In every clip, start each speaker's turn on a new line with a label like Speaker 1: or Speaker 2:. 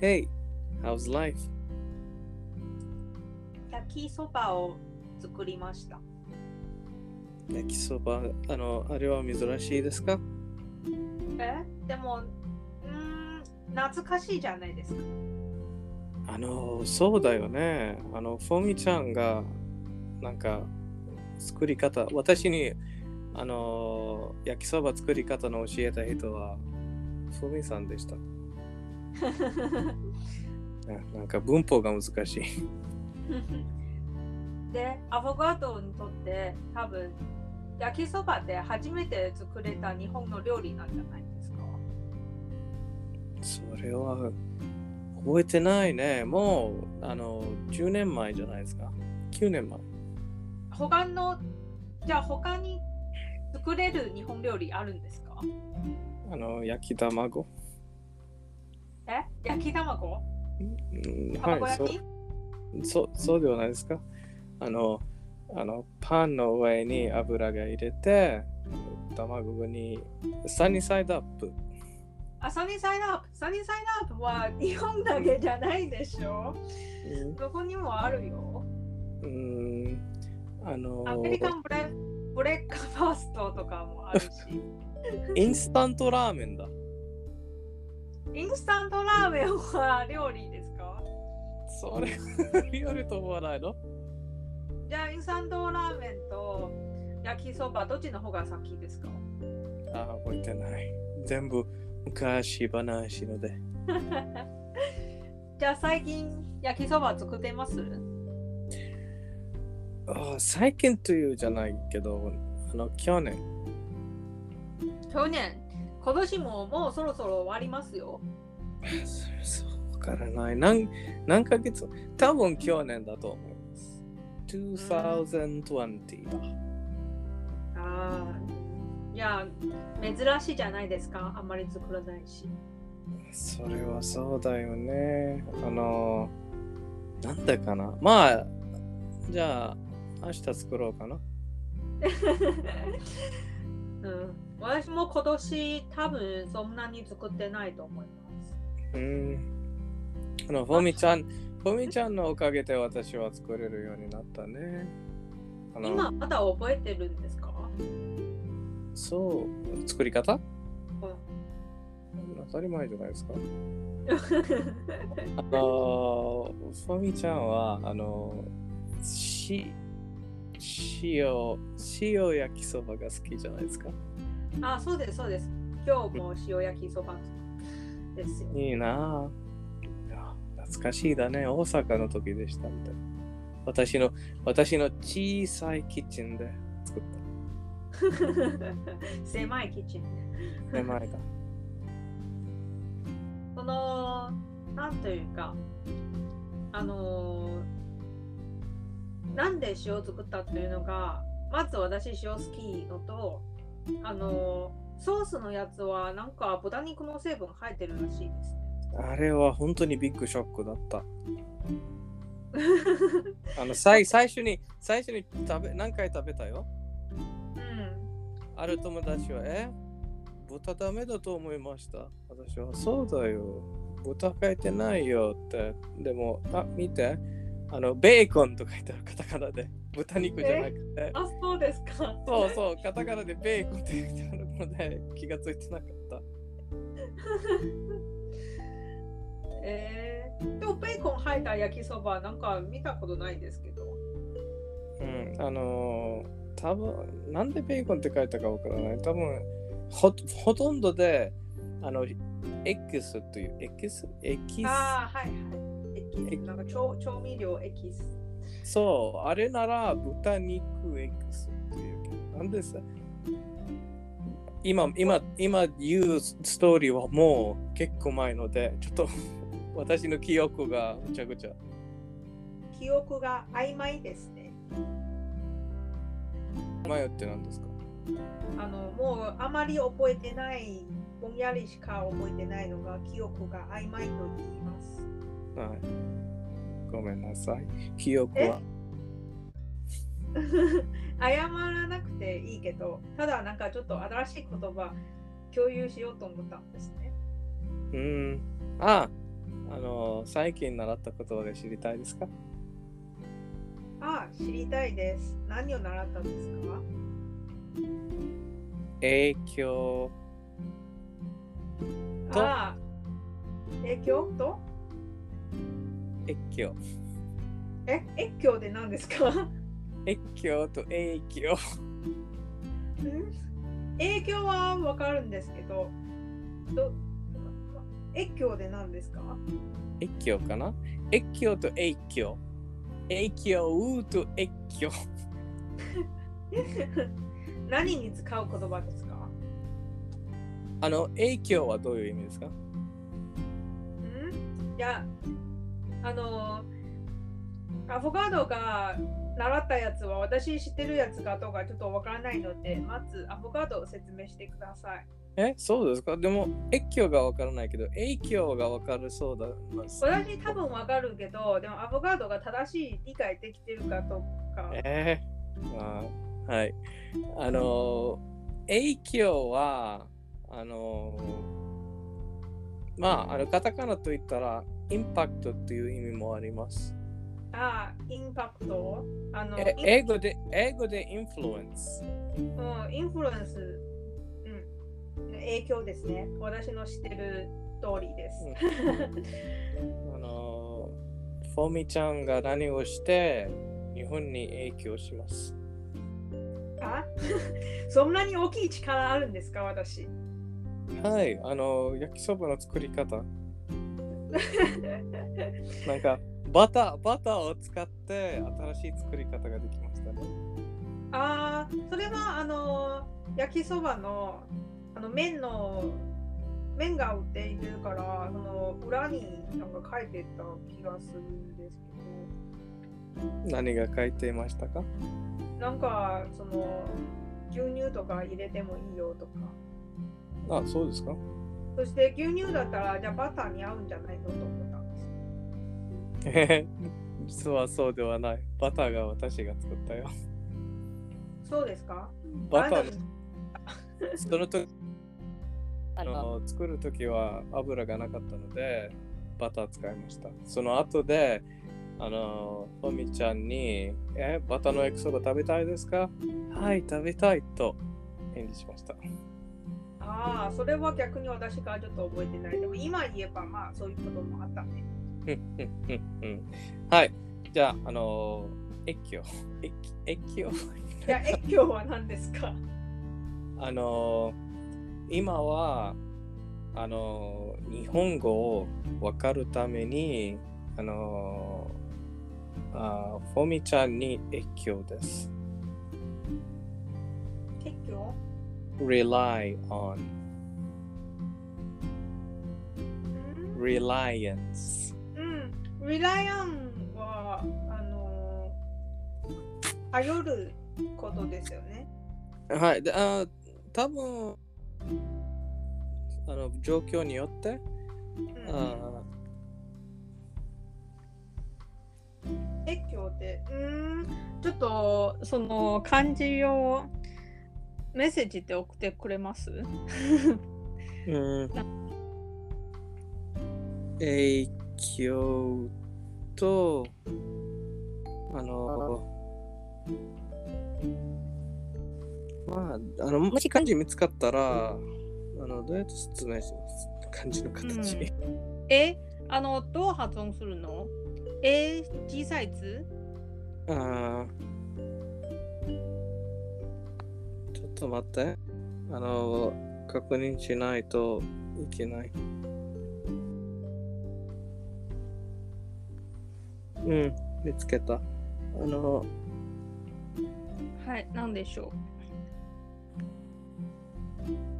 Speaker 1: Hey, how's life?
Speaker 2: 焼きそばを作りました。
Speaker 1: 焼きそば、あの、あれは珍しいですか
Speaker 2: えでも、うーん、懐かしいじゃないですか。
Speaker 1: あの、そうだよね。あの、フォミちゃんが、なんか、作り方、私に、あの、焼きそば作り方の教えた人は、フォミさんでした。ななんか文法が難しい。
Speaker 2: で、アボカドにとって多分、焼きそばで初めて作れた日本の料理なんじゃないですか。
Speaker 1: それは、覚えてないね。もう、あの、10年前じゃないですか。9年前。
Speaker 2: 他の、じゃあ他に作れる日本料理あるんですか
Speaker 1: あの、焼き卵。
Speaker 2: え焼き卵
Speaker 1: うん
Speaker 2: 卵
Speaker 1: はい、
Speaker 2: 焼
Speaker 1: そう
Speaker 2: き、
Speaker 1: そうそうではないですかあのあのパンの上に油が入れて卵にサニーサイドアップ
Speaker 2: あ、サニーサイドアップ。サニーサイドアップは日本だけじゃないでしょどこにもあるよ。
Speaker 1: うんうんあの
Speaker 2: アメリカンブレブレックファーストとかもあるし、
Speaker 1: インスタントラーメンだ
Speaker 2: インスタントラーメンは料理ですか
Speaker 1: それやると思わないの
Speaker 2: じゃあインスタントラーメンと焼きそばどっちの方が先ですか
Speaker 1: あ覚えてない全部昔話ので
Speaker 2: じゃあ最近焼きそば作ってます
Speaker 1: あ最近というじゃないけどあの去年
Speaker 2: 去年今年ももうそろそろ終わりますよ
Speaker 1: そそうわからない。何何ヶ月多分去年だと思います。2020だ。
Speaker 2: ああいや珍しいじゃないですかあんまり作らないし
Speaker 1: それはそうだよね。あの、なんだかな。まあ、じゃあ、明日作ろうかな。
Speaker 2: うん、私も今年多分そんなに作ってないと思います。
Speaker 1: うん。あの、フォミちゃん、フォミちゃんのおかげで私は作れるようになったね。あの、
Speaker 2: 今まだ覚えてるんですか、
Speaker 1: そう、作り方
Speaker 2: う
Speaker 1: 当たり前じゃないですか。
Speaker 2: ん
Speaker 1: あのー、ファミちゃんは、あのー、し、塩、塩焼きそばが好きじゃないですか。
Speaker 2: あ、そうです、そうです。今日も塩焼きそばですよ。
Speaker 1: いいなぁいや。懐かしいだね。大阪の時でしたみたいな。私の、私の小さいキッチンで作っ
Speaker 2: 狭いキッチン。
Speaker 1: た。手前だ。
Speaker 2: その、なんというか、あのーなんで塩作ったっていうのが、まず私塩好きのと、あのーソースのやつはなんか豚肉の成分入ってるらしいですね。
Speaker 1: あれは本当にビッグショックだった。あの、さい最初に、最初に食べ、何回食べたよ
Speaker 2: うん、
Speaker 1: ある友達は、え豚ダメだと思いました。私は、そうだよ。豚書いてないよって。でも、あ、見て。あの、ベーコンと書いてあるカタカナで。豚肉じゃなくて。
Speaker 2: あ、そうですか。
Speaker 1: そうそう、カタカナでベーコンって書いてあるので気がついてなかった。
Speaker 2: えー、でもベーコン入った焼きそばなんか見たことないですけど。
Speaker 1: うん、あのー、多分なんでベーコンって書いたかわからない。多分ほほとんどで、あの、X という、X? X?
Speaker 2: ああ、はいはい。エキス、なんか調調味料エキス。
Speaker 1: そう、あれなら豚肉 X っていうけど、なんでさ、今、今、今言うストーリーはもう結構前ので、ちょっと 私の記憶がぐちゃぐちゃ。
Speaker 2: 記憶が曖昧ですね。
Speaker 1: 迷ってなんですか
Speaker 2: あの、もうあまり覚えてない、ぼんやりしか覚えてないのが記憶が曖昧と言います。
Speaker 1: はい。ごめんなさい。記憶は。
Speaker 2: 謝らなくていいけど、ただなんかちょっと新しい言葉共有しようと思ったんですね。
Speaker 1: うん。あ、あのの最近習ったことで知りたいですか
Speaker 2: あ、知りたいです。何を習ったんですか
Speaker 1: 影響と
Speaker 2: あー影響と
Speaker 1: 越境
Speaker 2: え、越境で何ですかん
Speaker 1: 越境と影響
Speaker 2: 影響はわかるんですけど、ど越境で何ですか
Speaker 1: 越境かな越境と影響影響と越境
Speaker 2: 何に使う言葉ですか
Speaker 1: あの影響はどういう意味ですか
Speaker 2: んいやあのアボカドが習ったやつは私知ってるやつかどうかちょっとわからないのでまずアボカドを説明してください
Speaker 1: えそうですかでも越境がわからないけど影響がわかるそうだます
Speaker 2: 私多分わかるけどでもアボカドが正しい理解できてるかどうか
Speaker 1: えー、あーはいあの影響はあのまああのカタカナといったらインパクトという意味もあります
Speaker 2: ああインパクトあの
Speaker 1: え
Speaker 2: イン
Speaker 1: 英語で英語でインフルエンス
Speaker 2: うんインフルエンス、うん、影響ですね私の知ってる通りです、
Speaker 1: あのフォーミちゃんが何をして日本に影響します
Speaker 2: あそんなに大きい力あるんですか私
Speaker 1: はいあの焼きそばの作り方 なんかバターバターを使って新しい作り方ができましたね
Speaker 2: ああ、それはあの焼きそばのあの麺の麺が売っているから、その裏になんか書いてた気がするんですけ
Speaker 1: 何が書いていましたか
Speaker 2: ど、なんかその牛乳とか入れてもいいよとか、
Speaker 1: あそうですか
Speaker 2: そして牛乳だったらじゃあバターに合うんじゃないのと思ったんです。
Speaker 1: えへ 実はそうではないバターが私が作ったよ
Speaker 2: そうですか？
Speaker 1: バタ
Speaker 2: あで
Speaker 1: ー
Speaker 2: も
Speaker 1: その時
Speaker 3: あ
Speaker 1: あ
Speaker 3: の
Speaker 1: の作る時は油がなかったのでバター使いましたその後であのフォミちゃんに「えバターの焼きそば食べたいですか?」「はい食べたい」と返事しました
Speaker 2: ああ、それは逆に私がちょっと覚えてない。でも今言えばまあそういうこともあっ たね。
Speaker 1: うんうんうんはいじゃああの駅を駅駅を
Speaker 2: いや、越境は何ですか？
Speaker 1: あの今はあの日本語を分かるためにあのあフォミちゃんに影響です。
Speaker 2: 越境？
Speaker 1: rely on
Speaker 2: うん
Speaker 1: reliance
Speaker 2: うん、リライアンはあのー頼ることですよね。
Speaker 1: はいであ多分あの状況によって
Speaker 2: うん、
Speaker 1: あ
Speaker 2: 越境って、うん、ちょっとその漢字をメッセージで送ってくれます？
Speaker 1: うん影響とあのまああのもし漢字見つかったらあのどうやって説明します漢字の形、
Speaker 2: うんえ、あのどう発音するの？え、小さいつ？
Speaker 1: あーちょっと待ってあの確認しないといけないうん見つけたあの
Speaker 2: はい、なんでしょ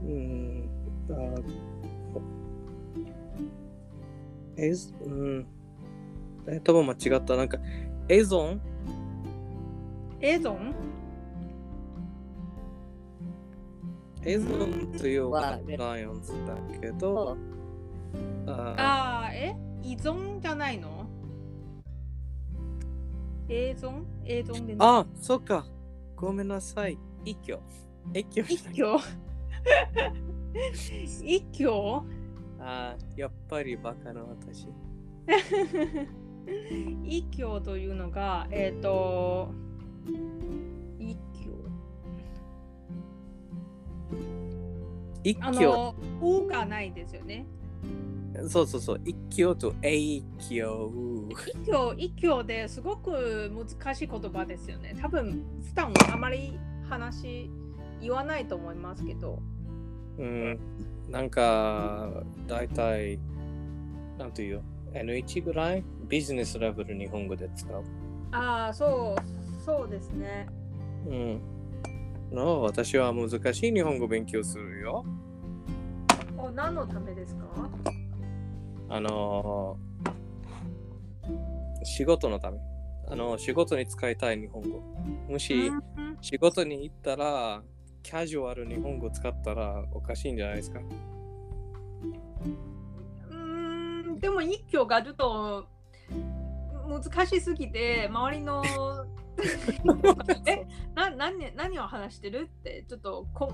Speaker 1: うんあえずうんえ多分間違ったなんかエゾン
Speaker 2: う？えぞん？
Speaker 1: エゾンというワードライオンズだけどあー
Speaker 2: ああ、え、依存じゃないの？えぞん？えぞんでない。
Speaker 1: あ、そっか。ごめんなさい。一挙。一挙し
Speaker 2: 一
Speaker 1: た。
Speaker 2: 挙一挙
Speaker 1: あーやっぱりバカな私。
Speaker 2: 一挙というのが、えっ、と、一挙。
Speaker 1: 一
Speaker 2: あ
Speaker 1: 挙、
Speaker 2: の、おがないですよね。
Speaker 1: そうそうそう、一挙と永挙。
Speaker 2: 一挙、一挙ですごく難しい言葉ですよね。多分、普段はあまり話言わないと思いますけど。
Speaker 1: うん、なんか、大体、なんていう N1 ぐらいビジネスレベル日本語で使う。
Speaker 2: ああ、そう、そうですね。
Speaker 1: うん。の、私は難しい日本語勉強するよ。
Speaker 2: お、何のためですか
Speaker 1: あのー仕事のため。あの、仕事に使いたい日本語。もし、
Speaker 2: うん
Speaker 1: 仕事に行ったら、キャジュアル日本語使ったらおかしいんじゃないですか。
Speaker 2: うーんでも一挙がちょっと難しすぎて周りの えな何何を話してるってちょっとこ、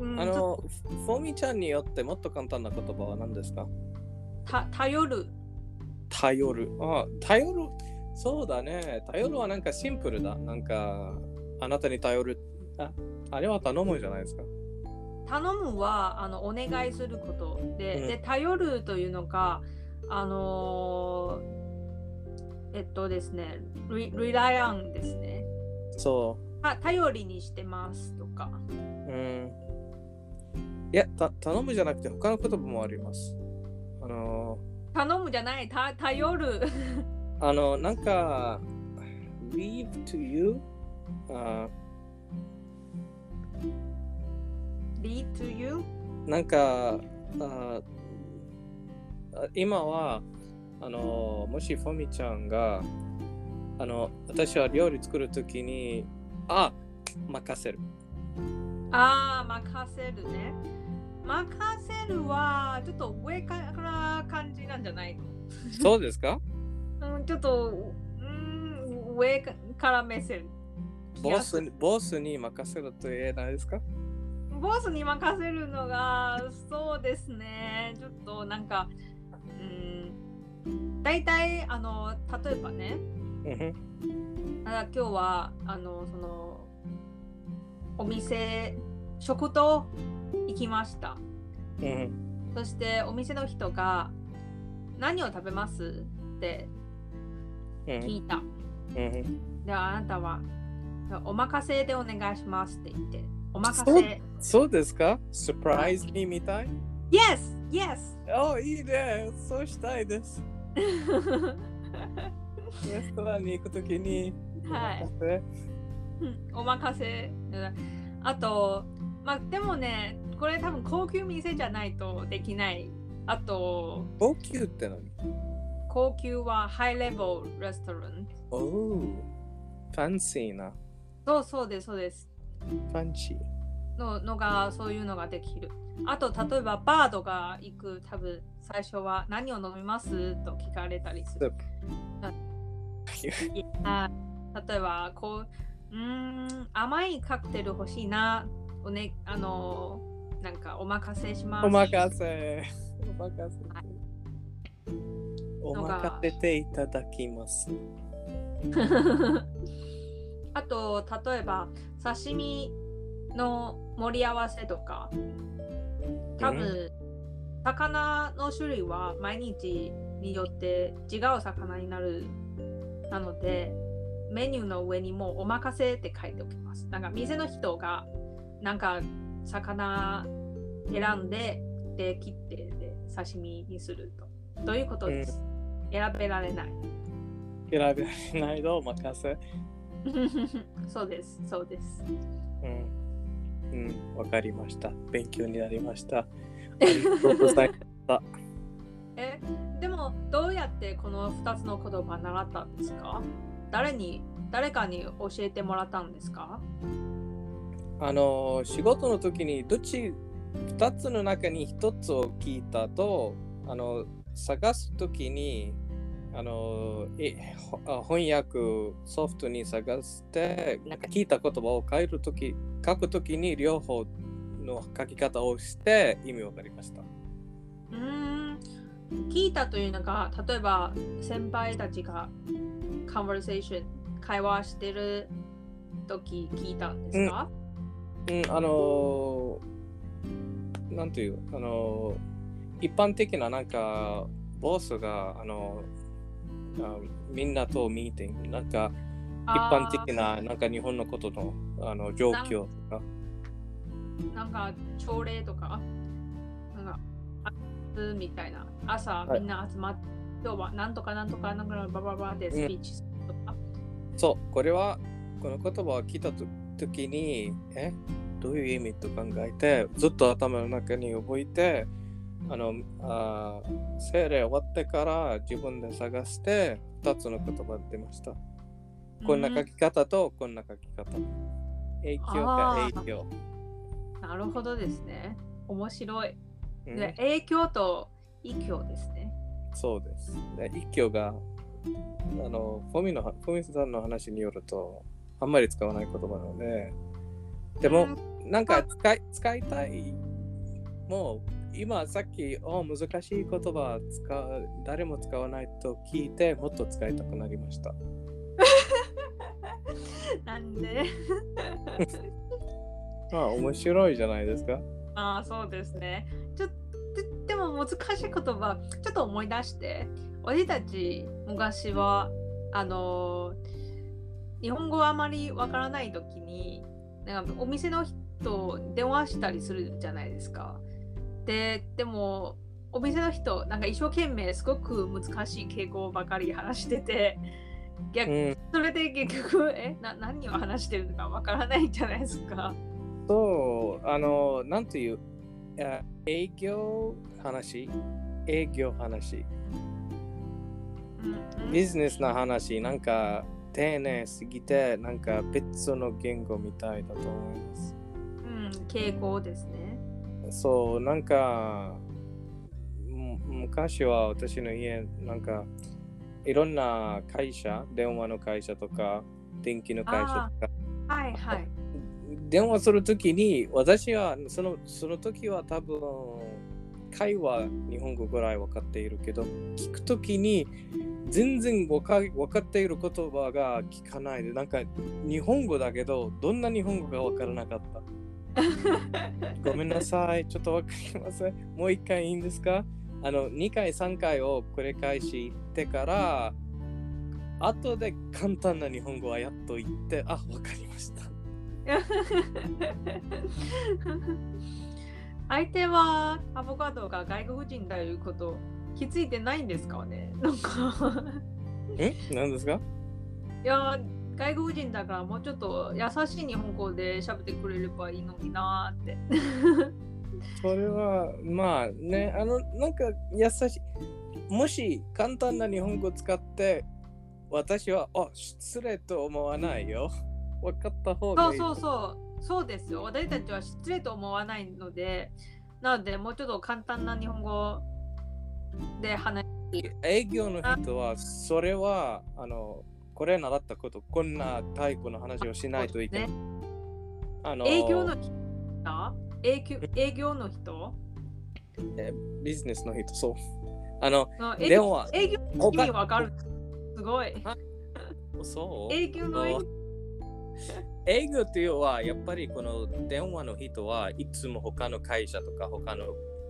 Speaker 2: うん、
Speaker 1: あ
Speaker 2: ちょ
Speaker 1: の、フォミちゃんによってもっと簡単な言葉は何ですか
Speaker 2: っとた頼る
Speaker 1: 頼る。あ、頼る。そうだね。頼るはなんかシンプルだ。なんか、あなたに頼る。ああれは頼むじゃないですか。
Speaker 2: 頼むはあのお願いすることで,、
Speaker 1: うん
Speaker 2: で頼るというのがあのーえっとですねリリライアンですね
Speaker 1: そ
Speaker 2: あ頼りにしてますとか
Speaker 1: う。うん。いや、た頼むじゃなくて他の言葉もあります。あの、
Speaker 2: 頼むじゃないた頼る
Speaker 1: あの、なんか、leave to you? あ
Speaker 2: lead to you
Speaker 1: なんかああ今はあのもしフォミちゃんがあの私は料理作るときにあ任せる
Speaker 2: ああ、任せるね。任せるは、ちょっと上から感じなんじゃない
Speaker 1: そうですか
Speaker 2: の、うん、ちょっと、うん、上から目線。
Speaker 1: ボスにボスに任せると言えないですか
Speaker 2: ボスに任せるのが、そうですね。ちょっとなんか、うん、大体、あの、例えばね、
Speaker 1: うんふん
Speaker 2: あ今日は、あの、その、お店、食堂行きました。
Speaker 1: うんふん
Speaker 2: そしてお店の人が「何を食べます?」って
Speaker 1: うんふ
Speaker 2: 聞
Speaker 1: ん
Speaker 2: いた。
Speaker 1: うんふん
Speaker 2: であなたは「お任せでお願いします」って言って「お任
Speaker 1: そう
Speaker 2: せ
Speaker 1: そうですかサプライズにみたい
Speaker 2: Yes! Yes!
Speaker 1: あいいねそうしたいですレストランに行くときに
Speaker 2: はい
Speaker 1: 任せ
Speaker 2: うん お任せうんあとまあでもねこれ多分高級店じゃないとできないあと
Speaker 1: 高級って何
Speaker 2: 高級はハイレベルレストラン
Speaker 1: おおファンシーな
Speaker 2: そうそうですそうです
Speaker 1: ファンシー
Speaker 2: ののがそういうのができる。あと例えばバードが行く多分最初は何を飲みますと聞かれたりする。あ例えばこううーん甘いカクテル欲しいなおねあのなんかお任せします。
Speaker 1: お任せ。お任せ。お任せていただきます。
Speaker 2: あと例えば刺身の盛り合わせとか多分魚の種類は毎日によって違う魚になるなのでメニューの上にもうお任せって書いておきますなんか店の人がなんか魚選んでで切ってで刺身にするとということです、選べられない
Speaker 1: 選べられないのお任せ。
Speaker 2: そうですそうです
Speaker 1: うん。うん、わかりました。勉強になりました。ありがとうございます。
Speaker 2: えでもどうやってこの2つの言葉習ったんですか誰に誰かに教えてもらったんですか
Speaker 1: あの、仕事の時に、どっち、二つの中に一つを聞いたと、あの、探す時に、あのえほあ翻訳ソフトに探してなんか聞いた言葉を変えるとき書くときに両方の書き方をして意味を分かりました。
Speaker 2: うーん聞いたというのが例えば先輩たちが conversation 会話してる時聞いたんですか、
Speaker 1: うん、あのーなんていう、あのー一般的ななんか、ボスが、あのーあみんなとミーティング、なんか、一般的な、なんか日本のことの、あの、状況とか、
Speaker 2: なんか朝礼とか、なんか、あみたいな、朝
Speaker 1: はい
Speaker 2: みんな集まって、今日はなんとかなんとかなんかバババでスピーチするとか、
Speaker 1: そう、これは、この言葉を聞いたときに、えどういう意味と考えて、ずっと頭の中に覚えて、あの、あー精霊終わってから自分で探して、2つの言葉出ました。こんな
Speaker 2: う
Speaker 1: 書き方とこんな書き方。影響か
Speaker 2: あー
Speaker 1: 影響。
Speaker 2: なるほどですね。面白い。
Speaker 1: うん
Speaker 2: で影響と異教ですね。
Speaker 1: そうです。で一挙が、あの、フォミの、フォミさんの話によると、あんまり使わない言葉なので、でも、なんか使い使いたい。もう、今さっき、お難しい言葉使う、誰も使わないと聞いて、もっと使いたくなりました。
Speaker 2: なんで
Speaker 1: ああ、面白いじゃないですか。
Speaker 2: ああそうですね。ちょっとでも難しい言葉ちょっと思い出しておじたち昔はあのー日本語あまりわからない時になんかお店の人電話したりするじゃないですか。ででもお店の人なんか一生懸命すごく難しい敬語ばかり話してて逆
Speaker 1: うん。
Speaker 2: それで結局えな何を話してるのかわからないじゃないですか。
Speaker 1: そう、あの、なんていう、あ営業話、営業話、
Speaker 2: うん
Speaker 1: ビジネスな話、なんか丁寧すぎて、なんか別の言語みたいだと思います。
Speaker 2: うん、傾向ですね。
Speaker 1: そう、なんか、む昔は私の家、なんか、いろんな会社、電話の会社とか、電気の会社とか、
Speaker 2: はいはい。
Speaker 1: 電話するときに私はそのその時は多分会話日本語ぐらい分かっているけど聞くときに全然分か分かっている言葉が聞かないでなんか日本語だけどどんな日本語か分からなかったごめんなさいちょっと分かりませんもう一回いいんですかあの2回3回を繰り返し言ってから後で簡単な日本語はやっと言ってあ分かりました
Speaker 2: 相手はアボカドが外国人だいうこと気づいてないんですかねなんか
Speaker 1: え何ですか
Speaker 2: いや外国人だからもうちょっと優しい日本語で喋ってくれればいいのになーって。
Speaker 1: それはまあねあのなんか優しいもし簡単な日本語を使って私はあ失礼と思わないよ分かった方
Speaker 2: そ
Speaker 1: が
Speaker 2: う
Speaker 1: いい
Speaker 2: そうそうそうですよ私たちは失礼と思わないのでなのでもうちょっと簡単な日本語で話
Speaker 1: 営業の人はそれはあのこれ習ったことこんなタイプの話をしないといけない、
Speaker 2: ね
Speaker 1: あの
Speaker 2: 営業の人営業営業の人
Speaker 1: ビジネスの人そうあの
Speaker 2: の営
Speaker 1: 電
Speaker 2: 業
Speaker 1: 話
Speaker 2: 営業の時に分かるすごい
Speaker 1: そう
Speaker 2: 営業の
Speaker 1: あ営業というのはやっぱりこの電話の人はいつも他の会社とか他の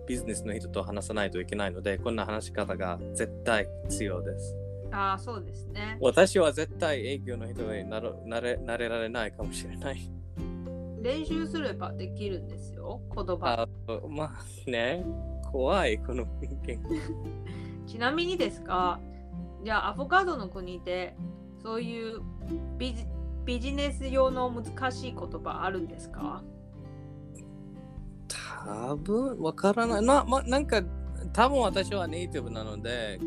Speaker 1: ビジネスの人と話さないといけないのでこんな話し方が絶対必要です
Speaker 2: ああそうですね
Speaker 1: 私は絶対営業の人になるなれなれられないかもしれない
Speaker 2: 練習すればできるんですよ言
Speaker 1: あ
Speaker 2: 葉
Speaker 1: まあね怖いこの言語
Speaker 2: ちなみにですがじゃあアボカドの国でそういうビジビジネス用の難しい言葉あるんですか
Speaker 1: 多分わからないな,、まあ、なんか多分私はネイティブなので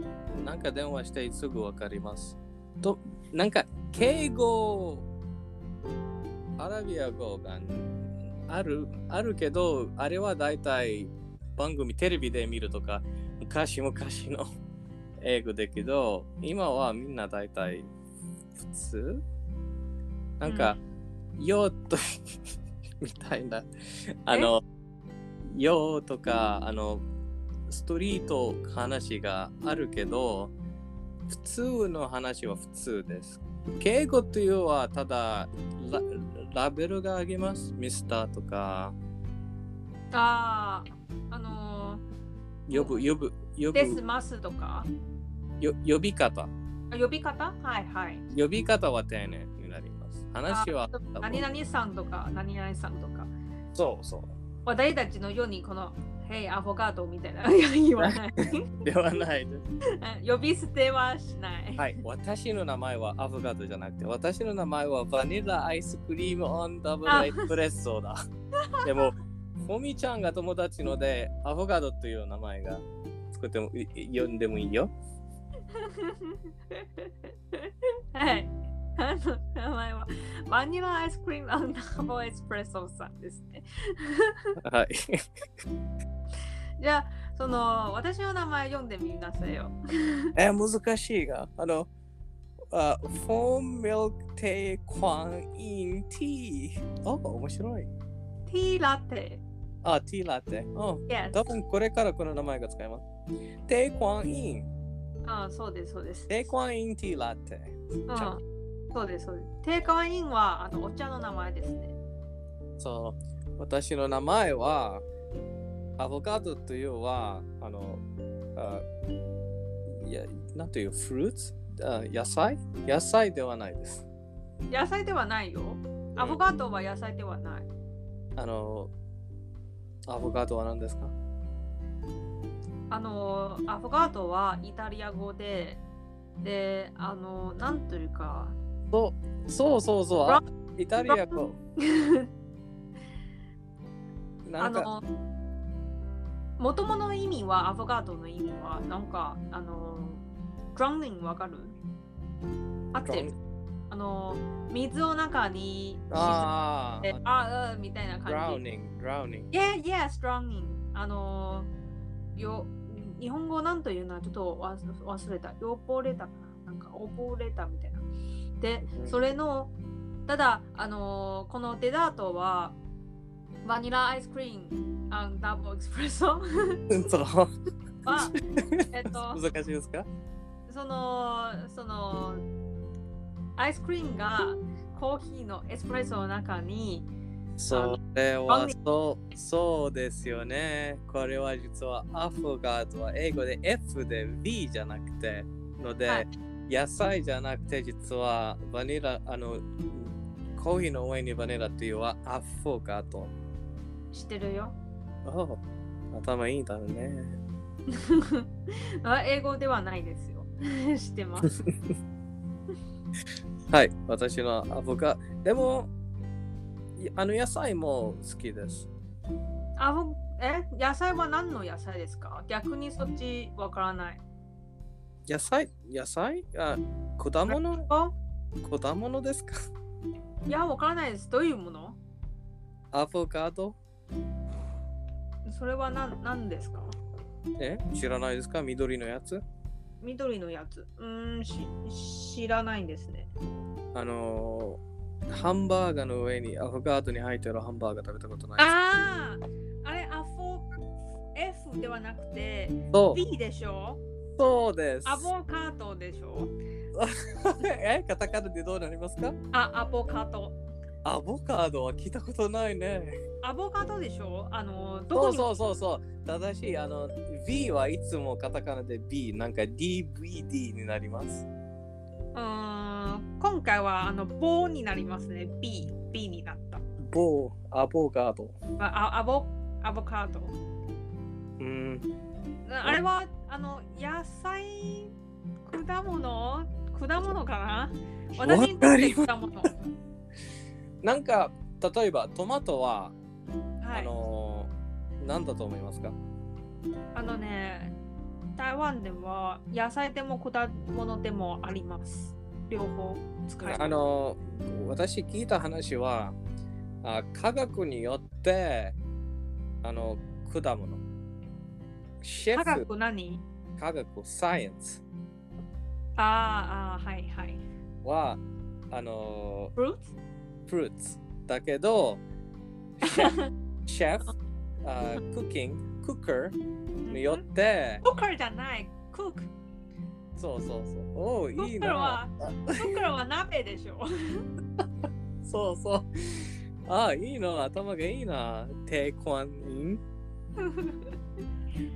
Speaker 1: なんか電話してすぐわかりますとなんか敬語アラビア語があるあるけどあれは大体番組テレビで見るとか昔々の英語だけど今はみんな大体普通なんか、よーっと みたいなあのよーとかあのストリート話があるけど普通の話は普通です敬語というのはただララベルがあげますミスターとか
Speaker 2: ああ、あの
Speaker 1: 呼ぶ呼ぶ呼
Speaker 2: ー、です
Speaker 1: ぶ
Speaker 2: ますとか、
Speaker 1: よ呼び方
Speaker 2: あ呼び方はいはい。
Speaker 1: 呼び方は丁寧になります話は多分
Speaker 2: 何々さんとか、何々さんとか。
Speaker 1: そうそう
Speaker 2: 私たちのようにこの、Hey, アフォガードみたいないや言わない。
Speaker 1: ではないです
Speaker 2: 呼び捨てはしない。
Speaker 1: はい、私の名前はアボカドじゃなくて、私の名前はバニラアイスクリームオンダブルエスプレッソ だ。でも、フォミちゃんが友達ので、アボカドという名前が作っても、いい呼んでもいいよ。
Speaker 2: はい。あの名前はバニラアイスクリームアンダーボーエスプレッソさんですね。
Speaker 1: はい。
Speaker 2: じゃあ、その私の名前読んでみなさいよ。
Speaker 1: え、難しいが、あの、あフォンミルクテイクワンインティー。あ、面白い。
Speaker 2: ティーラテ。
Speaker 1: あ、ティーラテ。うん。
Speaker 2: Yes
Speaker 1: 多分これからこの名前が使えます。テイクワンイン。
Speaker 2: ああ、そうです、そうです。
Speaker 1: テイクワンインティーラテ。
Speaker 2: うん
Speaker 1: ちゃん
Speaker 2: そうです、そうです。テイカワインはあのお茶の名前ですね。
Speaker 1: そう私の名前はアボカドというはあのあいやなんていうフルーツあ野菜野菜ではないです
Speaker 2: 野菜ではないよ。アボカドは野菜ではない。
Speaker 1: あのアボカドは何ですか
Speaker 2: あのアボカドはイタリア語で、で、あの、なんというか、
Speaker 1: そうそうそうそう
Speaker 2: ブラ
Speaker 1: あイタリア語な
Speaker 2: あ
Speaker 1: んか
Speaker 2: の、もともの意味は、アボカドの意味は、なんか、あの、ドランリンわかる合ってるあの、水を中に沈
Speaker 1: あ
Speaker 2: んで
Speaker 1: ー、
Speaker 2: ああ、みたいな
Speaker 1: ドラウ
Speaker 2: 感じ。
Speaker 1: ニングドラウニング
Speaker 2: Yeah, yeah, drowning. あのー、よ、日本語なんというのはちょっとわ忘れた。溺れたかななんか溺れたみたいな。で、それの、ただ、あのーこのデザートは、バニラアイスクリーム、あダブルエクスプレッソ
Speaker 1: そう
Speaker 2: は、えっ と、
Speaker 1: 難しいですか
Speaker 2: その、その、アイスクリームがコーヒーのエスプレッソの中に、
Speaker 1: それは
Speaker 2: あの
Speaker 1: そうそうですよね。これは実はアフガードは英語で F で V じゃなくてので、
Speaker 2: はい
Speaker 1: 野菜じゃなくて実はバニラあのコーヒーの上にバニラっていうのはアフガード。
Speaker 2: 知ってるよ。
Speaker 1: おう頭いいだろうね。
Speaker 2: あ英語ではないですよ。 知ってます。
Speaker 1: はい、私のアフガでもいあの野菜も好きです。
Speaker 2: あほえ野菜は何の野菜ですか逆にそっちわからない。
Speaker 1: 野菜野菜あ果物
Speaker 2: あ
Speaker 1: 果物ですか
Speaker 2: いや、わからないです。どういうもの
Speaker 1: アフガード
Speaker 2: それは何何ですか
Speaker 1: え知らないですか緑のやつ
Speaker 2: 緑のやつ。うーんし、知らないんですね。
Speaker 1: あのー、ハンバーガーの上にアフガードに入ってるハンバーガー食べたことないで
Speaker 2: あああれ、アフォ F ではなくて
Speaker 1: すそう
Speaker 2: B でしょ
Speaker 1: そうです
Speaker 2: アボカドでしょ
Speaker 1: えカタカナでどうなりますか
Speaker 2: あ、アボカド。
Speaker 1: アボカードは聞いたことないね
Speaker 2: アボカドでしょあの、ど
Speaker 1: そ
Speaker 2: こ
Speaker 1: う
Speaker 2: に
Speaker 1: そうそうそう正しいあの V はいつもカタカナで B なんか DVD になります
Speaker 2: うーん今回はあの棒になりますね。B、B になった。
Speaker 1: ボーアボカード
Speaker 2: ああアボアボカド。
Speaker 1: うん
Speaker 2: あれはあの野菜、果物果物かな私にと
Speaker 1: わか
Speaker 2: って
Speaker 1: りま
Speaker 2: 果物。
Speaker 1: なんか例えばトマトは、
Speaker 2: は
Speaker 1: あ
Speaker 2: い、
Speaker 1: のー、なんだと思いますか
Speaker 2: あのね、台湾では野菜でも果物でもあります。両方使える。
Speaker 1: あの私聞いた話はあ科学によってあの果物シェ
Speaker 2: 科
Speaker 1: フ
Speaker 2: 学何
Speaker 1: 科学サイエンス
Speaker 2: あーあー、はいはい。
Speaker 1: はあの
Speaker 2: フルーツ
Speaker 1: フルーツだけどシェフシェフあクッキングクッカーによって、
Speaker 2: クッカーじゃない、クック。
Speaker 1: そうそうそう。おお、
Speaker 2: ク
Speaker 1: いい
Speaker 2: ッカー
Speaker 1: な
Speaker 2: は。、クッカーは鍋でしょ。
Speaker 1: そうそう。 ああ、いいな。頭がいいな。テイクワンイン。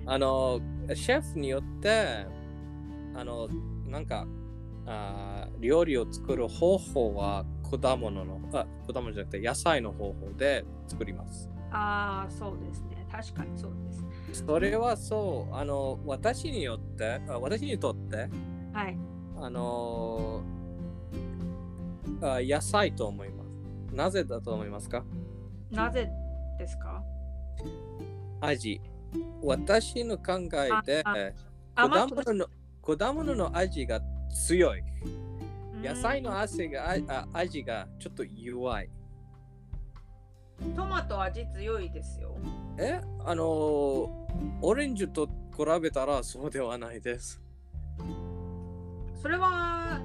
Speaker 1: あの、シェフによって、あの、なんか、あー料理を作る方法は果物の、あ、果物じゃなくて野菜の方法で作ります。
Speaker 2: ああ、そうですね。確かにそうです。
Speaker 1: それはそう、あの、私によって、あ私にとって、
Speaker 2: はい。
Speaker 1: あのあ、野菜と思います。なぜだと思いますか
Speaker 2: なぜですか
Speaker 1: 味。私の考えで、
Speaker 2: あ
Speaker 1: 果
Speaker 2: 甘く
Speaker 1: 物の果物の味が強い。
Speaker 2: うん
Speaker 1: 野菜の味がああ味がちょっと弱い。
Speaker 2: トマト味強いですよ。
Speaker 1: えあのーオレンジと比べたらそうではないです。
Speaker 2: それは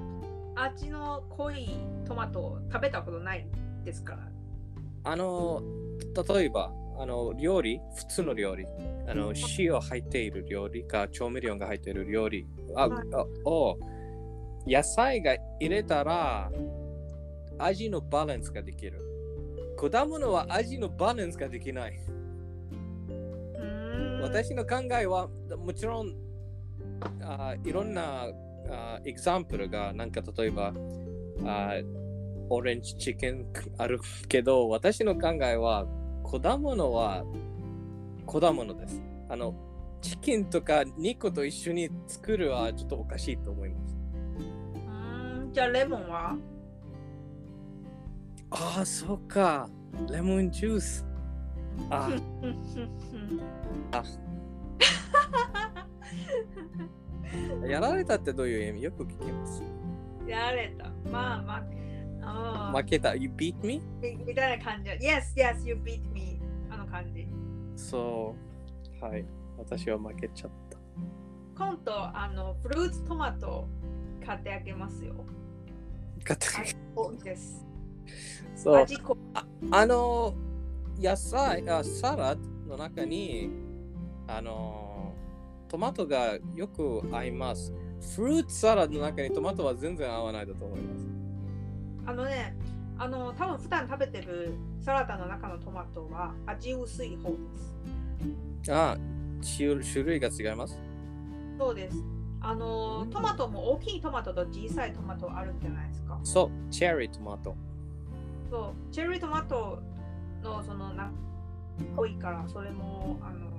Speaker 2: 味の濃いトマトを食べたことないですから。
Speaker 1: あのー例えばあの料理普通の料理あの塩入っている料理か調味料が入っている料理あ
Speaker 2: はい
Speaker 1: あを野菜が入れたら味のバランスができる。果物は味のバランスができない。
Speaker 2: うーん
Speaker 1: 私の考えはもちろんあいろんなあエグザンプルがなんか例えばあオレンジチキンあるけど私の考えは果物は果物ですあのチキンとか肉と一緒に作るはちょっとおかしいと思います
Speaker 2: うーんじゃあレモンは
Speaker 1: ああそうかレモンジュースあーやられたってどういう意味よく聞きます
Speaker 2: やれた。まあまあ。あー
Speaker 1: 負けた You beat me?
Speaker 2: みみたいな感じ。Yes, yes, you beat me. あの感じ。
Speaker 1: そうはい私は負けちゃった
Speaker 2: 今度、あの、フルーツトマト買ってあげますよ。おです。
Speaker 1: そう
Speaker 2: 味濃い
Speaker 1: あの野菜あサラダの中にあのトマトがよく合いますフルーツサラダの中にトマトは全然合わないだと思います
Speaker 2: あのね、あの、多分普段食べてるサラダの中のトマトは味薄い方です。
Speaker 1: あ種種類が違います
Speaker 2: そうです。あの
Speaker 1: うん
Speaker 2: トマトも大きいトマトと小さいトマトあるじゃないですか。
Speaker 1: そうチェリートマト
Speaker 2: そう、チェリートマトのそのな濃いから、それもあの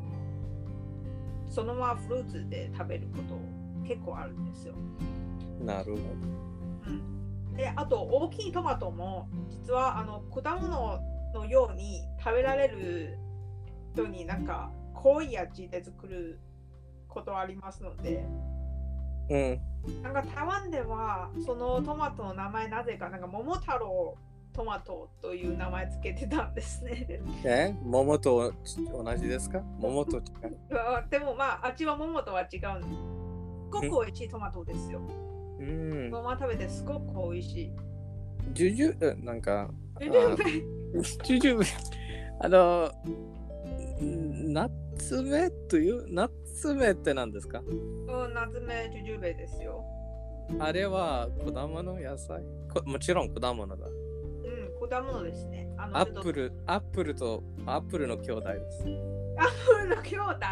Speaker 2: そのままフルーツで食べること結構あるんですよ。
Speaker 1: なるほど
Speaker 2: うん、で、あと大きいトマトも実はあの果物のように食べられるようになんか濃い味で作ることありますので。
Speaker 1: うん
Speaker 2: なんか台湾ではそのトマトの名前なぜかなんか桃太郎トマトという名前つけてたんですね。
Speaker 1: え桃と同じですか桃と違う
Speaker 2: うわでもまあ味は桃とは違うんです。すごく美味しいトマトですよ。
Speaker 1: うん
Speaker 2: そのまま食べてすごく美味しい。
Speaker 1: ジュジュえなんか
Speaker 2: う
Speaker 1: ジュジュ あのナッツメというナッツメって何ですか
Speaker 2: ん、夏目ジュジュベですよ。
Speaker 1: あれは果物野菜こもちろん果物だ。
Speaker 2: うん、果物ですね。あの
Speaker 1: アップ。ル、アップルとアップルの兄弟です。
Speaker 2: ちょっとアップルの兄弟。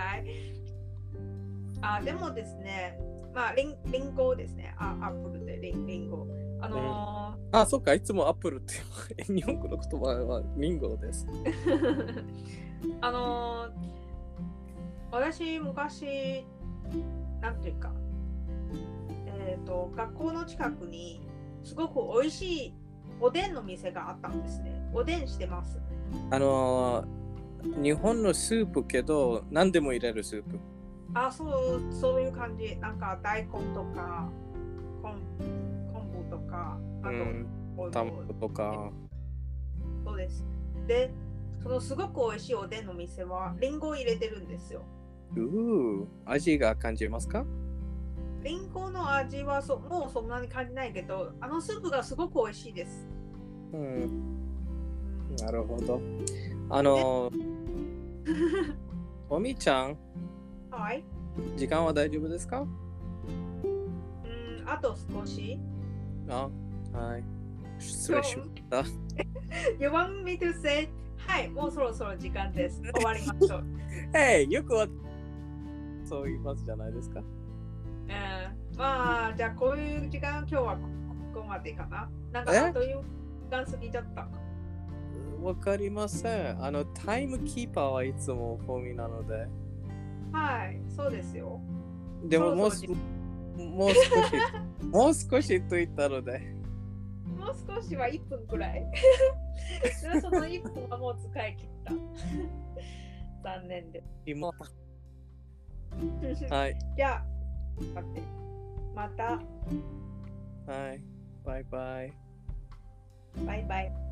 Speaker 2: あ、でもですね、まあリンリンゴですね。あ、アップルでリンリンゴ。あのー
Speaker 1: あ、そっか、いつもアップルっていう 日本語の言葉はリンゴです。
Speaker 2: あのー私昔なんていうかえっ、と学校の近くにすごく美味しいおでんの店があったんですねおでんしてます
Speaker 1: あのー日本のスープけど何でも入れるスープ。
Speaker 2: あそうそういう感じなんか大根とか昆昆布とかあと、
Speaker 1: うん、
Speaker 2: お
Speaker 1: 卵とか。
Speaker 2: そうですでそのすごく美味しいおでんの店はリンゴを入れてるんですよ
Speaker 1: うー、味が感じますか
Speaker 2: リンゴの味はそもうそんなに感じないけど、あのスープがすごく美味しいです。
Speaker 1: うん、
Speaker 2: うん
Speaker 1: なるほど。あのーおみちゃん、
Speaker 2: はい。
Speaker 1: 時間は大丈夫ですか
Speaker 2: うん、あと少し。
Speaker 1: あ、はい。失礼しました。
Speaker 2: You want me to say? はい、もうそろそろ時間です。終わりましょう。
Speaker 1: えい、よくはそう言いますじゃないですか。
Speaker 2: えー、まあ、じゃあこういう時間、今日はここまでかな。なんか
Speaker 1: え
Speaker 2: あっという間過ぎちゃった。
Speaker 1: わかりません。あの、タイムキーパーはいつもフォミなので。
Speaker 2: はい、そうですよ。
Speaker 1: でももうす
Speaker 2: そう
Speaker 1: もう少し、もう少しと言ったので。
Speaker 2: もう少しは1分くらい。 でもその1分はもう使い切った。 残念で
Speaker 1: 今
Speaker 2: す。
Speaker 1: はい、
Speaker 2: じゃあ、待って。また、
Speaker 1: はい。バイバイ。
Speaker 2: バイバイ。